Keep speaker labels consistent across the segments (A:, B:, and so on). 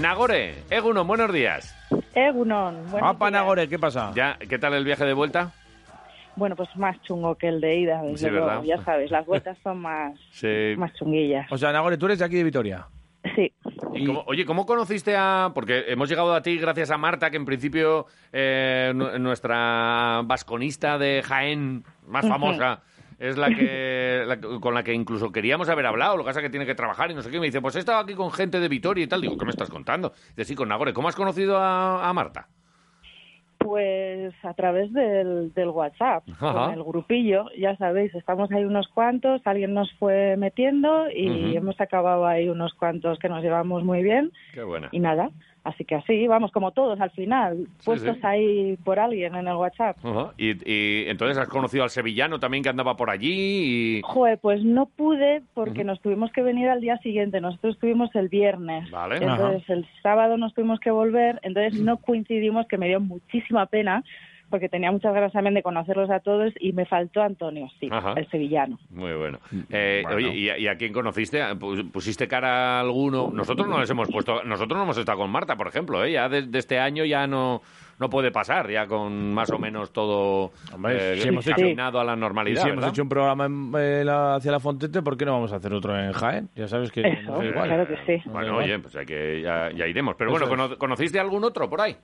A: Nagore, Egunon, buenos días.
B: Egunon,
A: Ah,
B: buenos
C: Apa,
B: días.
C: Nagore, ¿qué pasa?
A: Ya, ¿qué tal el viaje de vuelta?
B: Bueno, pues más chungo que el de ida,
A: Sí,
B: desde luego,
A: ¿verdad?
B: ya sabes, las vueltas son más,
A: Sí.
B: más chunguillas.
C: O sea, Nagore, tú eres de aquí de Vitoria.
B: Sí,
A: ¿Y cómo- oye, ¿cómo conociste a...? Porque hemos llegado a ti gracias a Marta, que en principio eh, nu- nuestra vasconista de Jaén más famosa es la que, la que- con la que incluso queríamos haber hablado, lo que pasa es que tiene que trabajar y no sé qué. Me dice, pues he estado aquí con gente de Vitoria y tal. Digo, ¿qué me estás contando? Dice, sí, con Nagore. ¿Cómo has conocido a, a Marta?
B: pues a través del, del WhatsApp,
A: Ajá.
B: con el grupillo, ya sabéis, estamos ahí unos cuantos, alguien nos fue metiendo y
A: Ujú.
B: hemos acabado ahí unos cuantos que nos llevamos muy bien
A: Qué buena.
B: y nada. Así que así, vamos, como todos al final, puestos
A: sí.
B: ahí por alguien en el WhatsApp.
A: Ajá. Y, y entonces has conocido al sevillano también que andaba por allí y...
B: Joder, pues no pude porque
A: Ujú.
B: nos tuvimos que venir al día siguiente. Nosotros estuvimos el viernes.
A: Vale.
B: Entonces el sábado nos tuvimos que volver. Entonces no coincidimos, que me dio muchísima pena porque tenía muchas ganas también de conocerlos a todos y me faltó Antonio, sí,
A: Ajá.
B: el sevillano.
A: Muy bueno. Eh,
C: Mm, bueno.
A: Oye, ¿y a, y a quién conociste? ¿Pus- ¿Pusiste cara a alguno? Nosotros no les hemos puesto, nosotros no hemos estado con Marta, por ejemplo, ¿eh? ya de, de este año ya no, no puede pasar, ya con más o menos todo
C: Hombre,
A: eh,
C: sí hemos hecho-
A: caminado a la
C: Y
A: normalidad.
C: si hemos
A: ¿verdad?
C: hecho un programa en- eh, la- hacia la Fontete, ¿por qué no vamos a hacer otro en Jaén? Ya sabes que
B: Eso,
C: nos da
A: Eh,
C: igual.
B: claro que sí.
C: Da
A: Bueno,
C: igual.
A: oye, pues hay que, ya, ya iremos. Pero
C: Eso
A: bueno, ¿cono- ¿conociste a algún otro por ahí?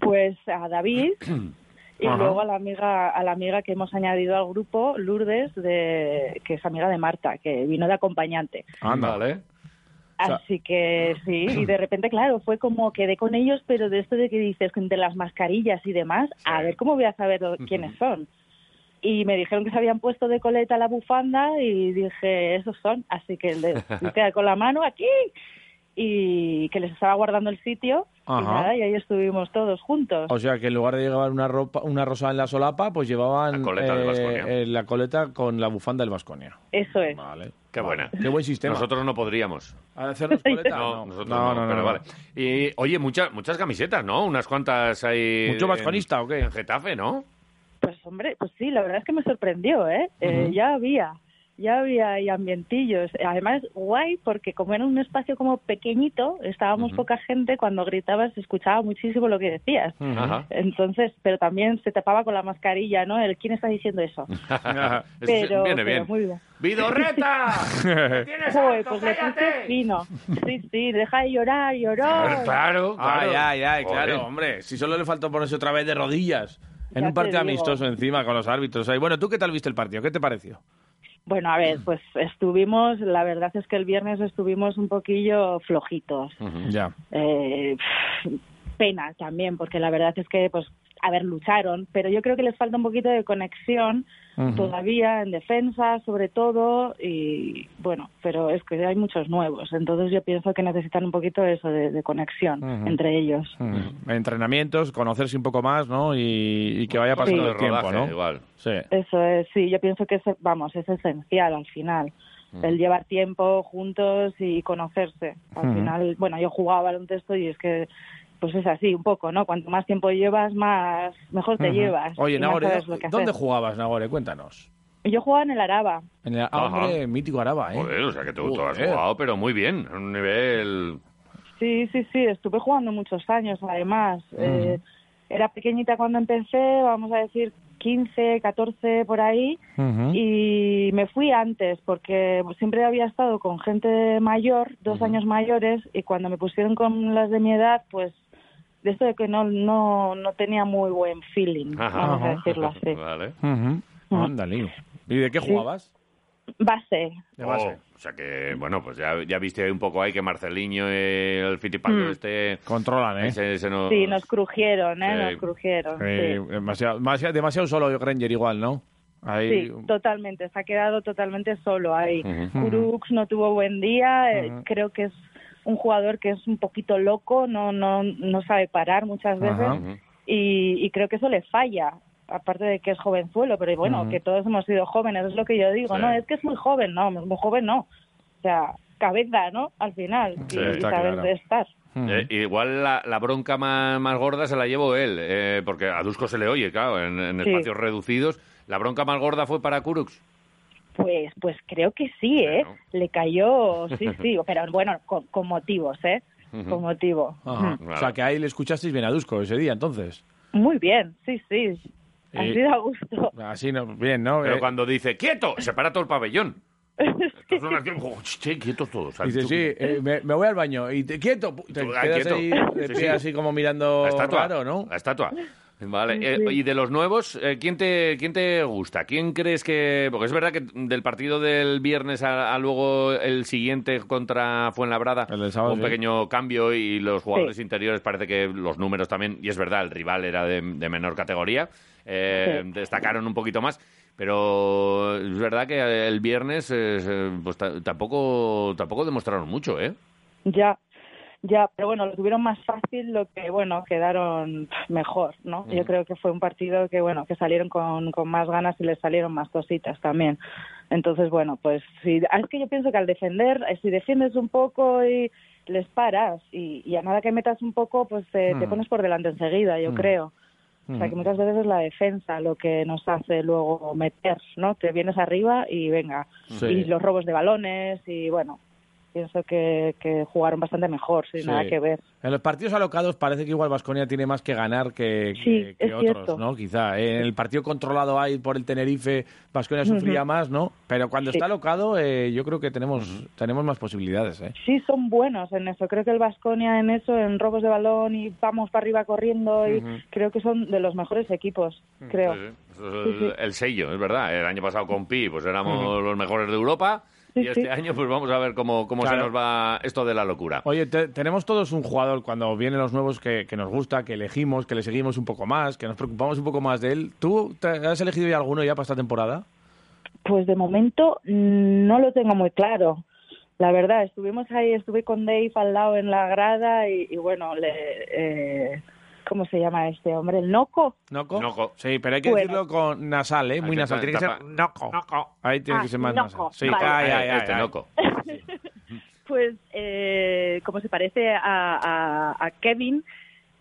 B: Pues a David y
A: Ajá.
B: luego a la amiga a la amiga que hemos añadido al grupo, Lourdes, de, que es amiga de Marta, que vino de acompañante.
C: Anda.
A: Vale.
C: sea-
B: Así que sí, y de repente, claro, fue como quedé con ellos, pero de esto de que dices, de las mascarillas y demás, a
A: Sí.
B: ver cómo voy a saber lo- quiénes son. Y me dijeron que se habían puesto de coleta la bufanda y dije, esos son. Así que le hice con la mano aquí y que les estaba guardando el sitio. Y
C: Ajá.
B: nada, y ahí estuvimos todos juntos.
C: O sea, que en lugar de llevar una ropa, una rosa en la solapa, pues llevaban
A: La coleta del Baskonia.
C: eh, la coleta con la bufanda del Vasconia.
B: Eso es.
C: Vale.
A: Qué buena.
C: Qué buen sistema.
A: Nosotros no podríamos.
C: ¿Hacernos coleta?
A: No, nosotros no, pero vale.
C: no.
A: Y, oye, muchas, muchas camisetas, ¿no? Unas cuantas ahí.
C: ¿Mucho
A: en-
C: vasconista o qué?
A: En Getafe, ¿no?
B: Pues hombre, pues sí, la verdad es que me sorprendió, ¿eh? Eh, Ya había, ya había ahí ambientillos. Además, guay, porque como era un espacio como pequeñito, estábamos poca gente, cuando gritabas se escuchaba muchísimo lo que decías.
A: Ajá.
B: Entonces, pero también se tapaba con la mascarilla, ¿no? El quién está diciendo eso.
A: Eso sí,
B: Pero,
A: viene
B: pero
A: bien.
B: muy bien.
A: ¡Vidorreta! ¡Me ¡Tienes
B: Joder,
A: harto,
B: pues le puse
A: cállate!
B: fino. Sí, sí, deja de llorar, lloró.
A: Claro, claro.
C: Ay, ay, ay,
A: Joder.
C: claro, hombre. Si solo le faltó ponerse otra vez de rodillas. En
B: Ya
C: un partido
B: te digo.
C: amistoso encima con los árbitros. ahí. Bueno, ¿tú qué tal viste el partido? ¿Qué te pareció?
B: Bueno, a ver, pues estuvimos, la verdad es que el viernes estuvimos un poquillo flojitos.
C: Ya.
B: eh, pena también, porque la verdad es que, pues, a ver, lucharon, pero yo creo que les falta un poquito de conexión todavía en defensa, sobre todo, y bueno, pero es que hay muchos nuevos, entonces yo pienso que necesitan un poquito eso de, de conexión
C: Ujú.
B: entre ellos.
C: Mm, Entrenamientos, conocerse un poco más, ¿no? Y, y que vaya pasando
A: Sí.
C: el tiempo,
A: Rodaje,
C: ¿no?
A: igual.
C: Sí.
B: Eso es, sí, yo pienso que es, vamos, es esencial al final.
C: Mm.
B: El llevar tiempo juntos y conocerse. Al
C: Ujú.
B: final, bueno, yo jugaba baloncesto y es que, pues es así un poco, ¿no? Cuanto más tiempo llevas, más mejor te
C: Ujú.
B: llevas.
C: Oye,
B: y más
C: Nagore,
B: sabes lo que
C: ¿dónde
B: hacer.
C: jugabas, Nagore? Cuéntanos.
B: Yo jugaba en el Araba.
C: En el, ah,
A: Ajá.
C: hombre, mítico Araba, ¿eh?
A: Joder, o sea que tú, tú has
C: Joder.
A: jugado, pero muy bien. A un nivel.
B: Sí, sí, sí, estuve jugando muchos años además. Eh, era pequeñita cuando empecé, vamos a decir 15, 14 por ahí.
C: Ujú.
B: Y me fui antes porque siempre había estado con gente mayor, dos años mayores, y cuando me pusieron con las de mi edad, pues de esto de que no, no, no tenía muy buen feeling,
A: Ajá.
B: vamos a
C: Ajá.
B: decirlo así.
A: Vale.
C: Ujú. Ándale. ¿Y de qué jugabas?
B: Base.
C: De base.
A: Oh, o sea que, bueno, pues ya, ya viste ahí un poco ahí que Marceliño y el Fittipaldo este...
C: Controlan, ¿eh?
A: ahí se- se nos-
B: Mm. Sí, nos crujieron, ¿eh?
A: Sí.
B: Nos crujieron.
C: Eh,
B: sí.
C: demasiado, demasiado, demasiado solo Granger igual, ¿no? Ahí,
B: Sí, totalmente. Se ha quedado totalmente solo ahí. Kurux no tuvo buen día. eh, Creo que es un jugador que es un poquito loco, no no no sabe parar muchas veces
C: Ajá.
B: y, y creo que eso le falla. Aparte de que es jovenzuelo, pero bueno, que todos hemos sido jóvenes, es lo que yo digo,
A: Sí.
B: ¿no? Es que es muy joven, no, muy joven no. O sea, cabeza, ¿no? Al final,
C: Sí,
B: y, y
C: está
B: saber
C: claro.
B: de estar.
C: Mm.
A: Eh, igual la, la bronca más, más gorda se la llevó él, eh, porque a Dusko se le oye, claro, en, en
B: Sí.
A: espacios reducidos. La bronca más gorda fue para Kurux.
B: Pues, pues creo que sí, ¿eh?
A: Claro.
B: Le cayó, sí, sí, pero bueno, con, con motivos, ¿eh? Con motivo.
C: Ajá.
B: Ujú.
C: O sea, que ahí le escuchasteis bien a Dusko ese día, entonces.
B: Muy bien, sí, sí. Ha
C: Eh,
B: sido a gusto.
C: Así, no, bien, ¿no?
A: Pero
C: Eh,
A: cuando dice, ¡quieto! Se para todo el pabellón. Esto suena aquí, "Oh, che, quietos todos.
C: Dice, sí, eh, me, me voy al baño. Y te, quieto, pu- te
A: Tú, ah,
C: quedas
A: quieto.
C: ahí de
A: Sí,
C: pie
A: sí.
C: así como mirando
A: La estatua, Ah,
C: raro, ¿no?
A: La estatua. Vale, eh, y de los nuevos, eh, ¿quién, te, ¿quién te gusta? ¿Quién crees que...? Porque es verdad que del partido del viernes a, a luego el siguiente contra Fuenlabrada,
C: El del sábado,
A: un
C: sí.
A: pequeño cambio y los jugadores
B: Sí.
A: interiores parece que los números también, y es verdad, el rival era de, de menor categoría, eh, destacaron un poquito más, pero es verdad que el viernes eh, se- pues, ta- tampoco, tampoco demostraron mucho, ¿eh?
B: Ya, ya, pero bueno, lo tuvieron más fácil, lo que, bueno, quedaron mejor, ¿no? Yo creo que fue un partido que, bueno, que salieron con, con más ganas y les salieron más cositas también. Entonces, bueno, pues sí, es que yo pienso que al defender, eh, si defiendes un poco y les paras y, y a nada que metas un poco, pues eh, te pones por delante enseguida, yo creo. O sea, que muchas veces es la defensa lo que nos hace luego meter, ¿no? Te vienes arriba y venga.
C: Sí.
B: Y los robos de balones y bueno, pienso que, que jugaron bastante mejor, sin
C: Sí.
B: nada que ver.
C: En los partidos alocados parece que igual Vasconia tiene más que ganar que,
B: Sí,
C: que- que
B: es
C: otros,
B: cierto.
C: ¿no? Quizá. eh, En el partido controlado ahí por el Tenerife, Vasconia sufría más, ¿no? Pero cuando
B: Sí.
C: está alocado, eh, yo creo que tenemos, tenemos más posibilidades, ¿eh?
B: Sí, son buenos en eso. Creo que el Vasconia en eso, en robos de balón y vamos para arriba corriendo, y creo que son de los mejores equipos, creo.
A: Sí, sí. Eso es el, el sello, es verdad. El año pasado con Pi, pues éramos los mejores de Europa.
B: Mm. Sí,
A: y este
B: sí.
A: año, pues vamos a ver cómo, cómo
C: Claro.
A: se nos va esto de la locura.
C: Oye, te- tenemos todos un jugador cuando vienen los nuevos que, que nos gusta, que elegimos, que le seguimos un poco más, que nos preocupamos un poco más de él. ¿Tú te has elegido ya alguno ya para esta temporada?
B: Pues de momento mm, no lo tengo muy claro. La verdad, estuvimos ahí, estuve con Dave al lado en la grada y, y bueno, le, eh, ¿cómo se llama este hombre? ¿El Noco?
C: ¿Noco?
A: Noco.
C: Sí, pero hay que
B: Bueno.
C: decirlo con nasal, ¿eh? Muy
A: que
C: nasal.
A: ta-
C: Tiene que ser
A: tapa-
C: Noco. Ahí tiene
B: Ah,
C: que ser más
B: Noco.
C: nasal. Sí,
B: Vale.
C: ay, ay,
A: Eh,
C: ay,
A: este
C: ay.
A: loco.
B: Pues eh, como se parece a, a- a Kevin,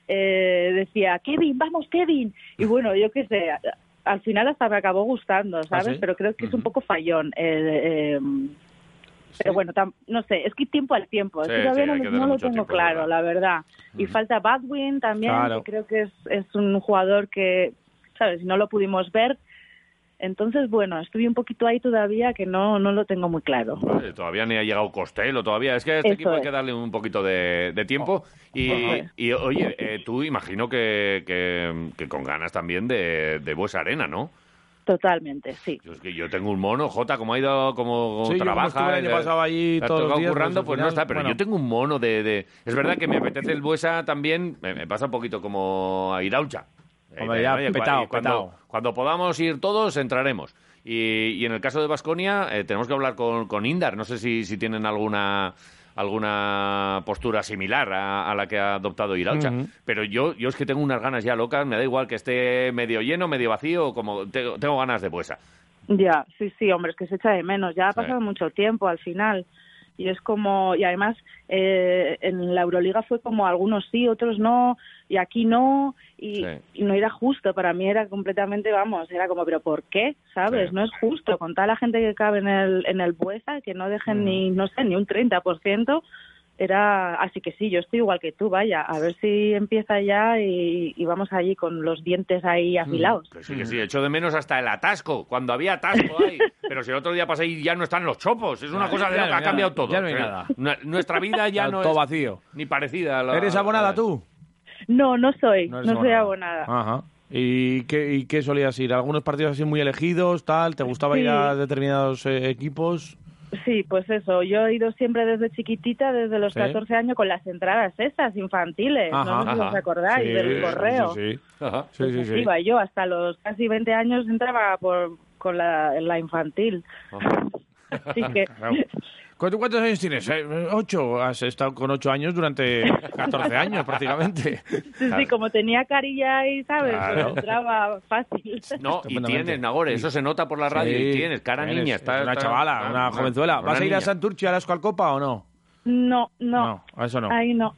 B: eh, decía, Kevin, vamos Kevin. Y bueno, yo qué sé, a- al final hasta me acabó
A: ¿Ah,
B: gustando, ¿sabes?
C: sí?
B: Pero creo que es un poco fallón. eh, eh, pero bueno, tam- no sé, es que tiempo al tiempo, es
A: Sí,
B: que todavía
A: sí,
B: no,
A: hay que
B: no
A: darle
B: lo
A: mucho
B: tengo
A: tiempo,
B: claro,
A: ¿verdad?
B: la verdad. Y falta Badwin también,
C: Claro.
B: que creo que es, es un jugador que, ¿sabes? No lo pudimos ver. Entonces, bueno, estuve un poquito ahí todavía que no, no lo tengo muy claro.
A: Vale, todavía ni ha llegado Costello, todavía. Es que a este
B: Eso
A: equipo hay
B: es.
A: que darle un poquito de, de
C: Oh,
A: tiempo. Y,
B: Ojo.
A: y, oye, eh, tú imagino que, que- que con ganas también de, de Buesa Arena, ¿no?
B: Totalmente, sí.
A: Yo, es que yo tengo un mono, Jota, como ha ido, como
C: Sí, yo como
A: trabaja.
C: estuve el año
A: eh,
C: pasado allí
A: le ha
C: todos los
A: tocado
C: días,
A: currando,
C: pues,
A: pues
C: al
A: no
C: final,
A: está. Pero
C: bueno.
A: yo tengo un mono de, de- Es verdad que me apetece el Buesa también, me, me pasa un poquito como a Iraucha. Eh,
C: Hombre, ya
A: oye, cua-
C: petao,
A: y cuando,
C: petao.
A: cuando podamos ir todos, entraremos. Y, y en el caso de Basconia, eh, tenemos que hablar con, con Indar. No sé si, si tienen alguna alguna postura similar a, a la que ha adoptado Iraucha. Pero yo, yo es que tengo unas ganas ya locas, me da igual que esté medio lleno, medio vacío, como tengo, tengo ganas de Buesa.
B: Ya, sí, sí, hombre, es que se echa de menos. Ya ha pasado mucho tiempo al final. Y es como, y además eh, en la Euroliga fue como algunos sí, otros no, y aquí no, y,
A: Sí.
B: y no era justo. Para mí era completamente, vamos, era como, pero ¿por qué? ¿Sabes?
A: Sí.
B: No es justo. Con toda la gente que cabe en el, en el Buesa, que no dejen ni, no sé, ni un 30%, era. Así que sí, yo estoy igual que tú, vaya, a ver si empieza ya y, y vamos allí con los dientes ahí afilados.
A: Que sí, que sí, echo de menos hasta el atasco, cuando había atasco ahí. Pero si el otro día pasé y ya no están los chopos, es una
C: Ya,
A: cosa de
C: ya
A: loca,
C: no hay
A: ha cambiado
C: nada,
A: todo.
C: ya no hay
A: O sea,
C: nada.
A: nu- Nuestra vida ya
C: Está
A: no
C: todo
A: es
C: vacío.
A: ni parecida a la...
C: ¿Eres abonada tú?
B: No, no soy, no,
C: No eres
B: soy
C: abonada.
B: abonada.
C: Ajá. ¿Y qué, ¿Y qué solías ir? ¿Algunos partidos así muy elegidos, tal? ¿Te gustaba ir a
B: Sí.
C: determinados eh, equipos?
B: Sí, pues eso. Yo he ido siempre desde chiquitita, desde los
C: Sí.
B: 14 años, con las entradas esas infantiles. no sé si
A: ajá.
B: os acordáis
C: Sí,
B: del correo. Pues
C: Sí, sí,
A: Ajá.
C: sí. sí, sí, sí.
B: Iba yo hasta los casi 20 años entraba por con la, la infantil. Así que
C: Claro. ¿Cuánto- ¿Cuántos años tienes? Eh, Ocho. Has estado con ocho años durante 14 años prácticamente.
B: sí, sí, como tenía carilla y sabes, Pues
C: Claro.
B: entraba fácil.
A: No, y
C: Estupendamente.
A: tienes, Nagore, eso se nota por la radio.
C: Sí,
A: y tienes, cara
C: eres
A: niña. Está,
C: una
A: está-
C: chavala,
A: está-
C: una jovenzuela.
A: una
C: ¿Vas a ir
A: niña.
C: a Santurce a la Escualcopa o no?
B: No, no,
C: a eso no. Mm.
B: ahí no,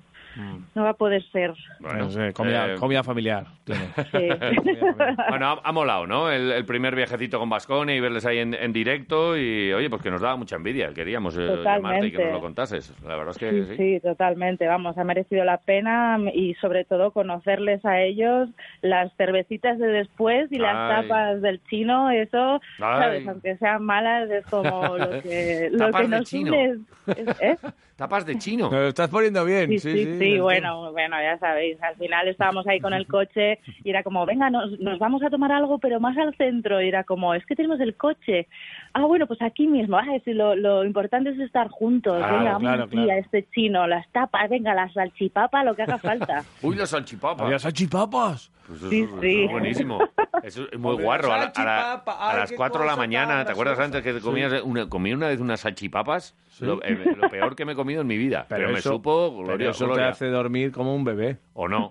B: no va a poder ser.
A: Bueno,
C: No sé, comida,
A: eh,
C: comida familiar. tiene.
B: Sí.
A: Bueno, ha, ha molado, ¿no? El, el primer viajecito con Vascone y verles ahí en, en directo. Y oye, pues que nos daba mucha envidia. Queríamos eh, llamarte y que
B: Totalmente.
A: nos lo contases. La verdad es que
B: Sí,
A: sí.
B: sí, totalmente, vamos, ha merecido la pena y sobre todo conocerles a ellos, las cervecitas de después y las
A: Ay.
B: tapas del chino, eso,
A: Ay.
B: sabes, aunque sean malas, es como lo que, lo
A: Tapas
B: que
A: de
B: nos
A: chino.
B: une. es- es- ¿eh?
A: Tapas de chino.
C: Nos lo estás poniendo bien.
B: Sí, sí, sí,
C: esto.
B: bueno, bueno, ya sabéis, al final estábamos ahí con el coche y era como, venga, nos, nos vamos a tomar algo, pero más al centro, y era como, es que tenemos el coche, ah, bueno, pues aquí mismo, ah, es- lo, lo importante es estar juntos,
C: Claro,
B: venga, vamos
C: claro,
B: aquí
C: claro.
B: a este chino, las tapas, venga, las salchipapa, lo que haga falta.
A: Uy, los salchipapas.
C: Había salchipapas.
A: Pues eso
B: Sí,
A: es- eso
B: sí.
A: es buenísimo. Eso es muy
C: Hombre,
A: guarro. A, la- a la-
C: salchipapa,
A: a
C: ay,
A: las
C: qué
A: 4 de la
C: cosa tan
A: mañana, ¿te acuerdas
C: graciosa?
A: antes que comías una, comí una vez unas salchipapas? Lo, eh, lo peor que me he comido en mi vida. Pero, me
C: eso-
A: supo
C: pero
A: glorioso.
C: Eso
A: gloria.
C: te hace dormir como un bebé.
A: O no.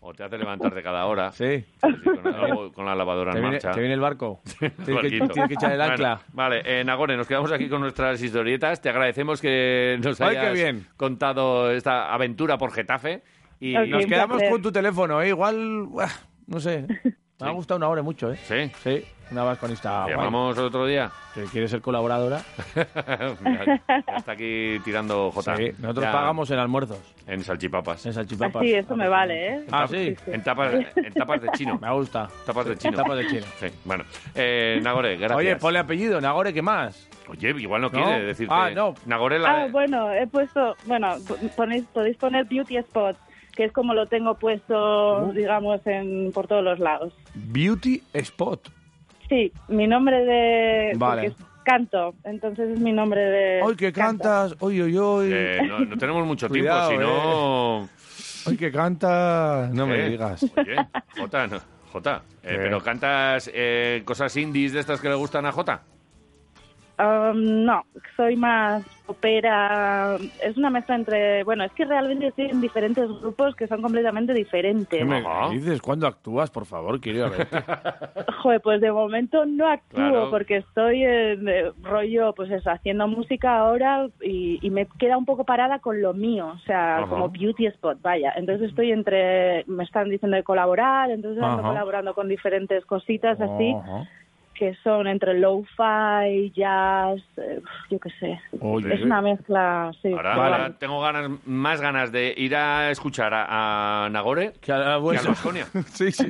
A: O te hace levantarte cada hora.
C: Sí.
A: Sí, con, algo- con la lavadora
C: Te
A: en
C: viene,
A: marcha.
C: te viene el barco. tienes, que,
A: Barquito.
C: tienes que echar el
A: Bueno,
C: ancla.
A: vale, eh, Nagore, nos quedamos aquí con nuestras historietas. Te agradecemos que nos
C: Ay, qué
A: hayas
C: bien.
A: contado esta aventura por Getafe. Y
B: Ok.
C: Nos
B: Sí, un
C: quedamos
B: placer.
C: con tu teléfono, ¿eh? Igual, buah, no sé. Me ha gustado una hora y mucho, ¿eh?
A: Sí.
C: Sí, una vasconista.
A: ¿Te
C: guay.
A: llamamos otro día.
C: Si quieres ser colaboradora,
A: ya, ya está aquí tirando J.
C: sí. Nosotros
A: Ya
C: pagamos en almuerzos,
A: En salchipapas.
C: en salchipapas.
B: Así, eso me vale, ¿eh?
C: Ah, sí.
A: En tapas, en tapas de chino.
C: Me gusta.
A: Tapas de chino.
C: Tapas de chino.
A: Sí, bueno. Eh, Nagore, gracias.
C: Oye, ponle apellido, Nagore, ¿qué más?
A: Oye, igual no
C: No.
A: quiere decirte.
C: Ah, no.
A: Nagore la...
B: Ah, bueno, he puesto, bueno, p- ponéis, podéis poner Beauty Spot, que es como lo tengo puesto,
C: Uh.
B: digamos, en, por todos los lados.
C: Beauty Spot.
B: Sí, mi nombre de...
C: Vale.
B: porque es Canto, entonces es mi nombre de...
C: ¡Ay, que
B: Canto.
C: cantas! ¡Oy, oy, oy!
A: Eh, no, no tenemos mucho
C: Cuidado,
A: tiempo, si no...
C: ¡Ay, que cantas! No me
A: Eh,
C: digas.
A: Oye, Jota, no, Jota, eh,
C: Eh.
A: pero cantas eh, cosas indies de estas que le gustan a Jota.
B: Um, no, soy más opera. Es una mezcla entre. Bueno, es que realmente estoy en diferentes grupos que son completamente diferentes.
C: ¿Qué me
A: Ajá.
C: dices? ¿Cuándo actúas, por favor? Quiero ir a verte.
B: Joder, pues de momento no actúo
A: Claro.
B: porque estoy en eh, rollo, pues eso, haciendo música ahora y, y me queda un poco parada con lo mío, o sea,
A: Ajá.
B: como beauty spot, vaya. Entonces estoy entre. Me están diciendo de colaborar, entonces ando
C: Ajá. Oh.
B: colaborando con diferentes cositas Pues así,
C: Ajá.
B: que son entre lo-fi, jazz, eh, yo qué sé.
C: Oye,
B: Es una mezcla, sí.
A: Ahora,
B: pero
A: ahora
B: vamos.
A: tengo ganas, más ganas de ir a escuchar a, a Nagore
C: que a la
A: que a
C: vuelta-
A: Baskonia.
C: Sí, sí.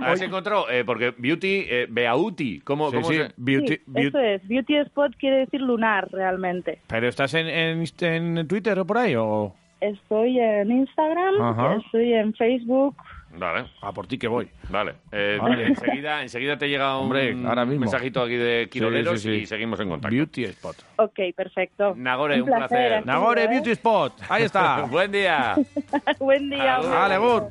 A: ¿Has encontrado? Eh, porque Beauty, eh, Beauty, ¿cómo,
C: Sí,
A: cómo
C: sí.
A: se...?
C: Beauty,
B: Sí,
C: beauty-
B: Eso es, beauty spot quiere decir lunar realmente.
C: ¿Pero estás en, en, Inst- en Twitter o por ahí? O...
B: Estoy en Instagram,
C: Ajá.
B: estoy en Facebook.
A: Vale,
C: Ah, por ti que voy.
A: vale. Eh,
C: Vale.
A: Enseguida, enseguida te llega un
C: Hombre, ahora mismo.
A: mensajito aquí de Quiroleros
C: Sí, sí, sí.
A: y seguimos en contacto.
C: Beauty Spot.
B: Ok, perfecto.
A: Nagore, un placer.
B: ha sido,
C: Nagore
B: ¿eh?
C: Beauty Spot. Ahí está.
A: Buen día.
B: Buen día.
A: Adiós.
B: un
C: Vale,
B: abrazo.
C: Gur.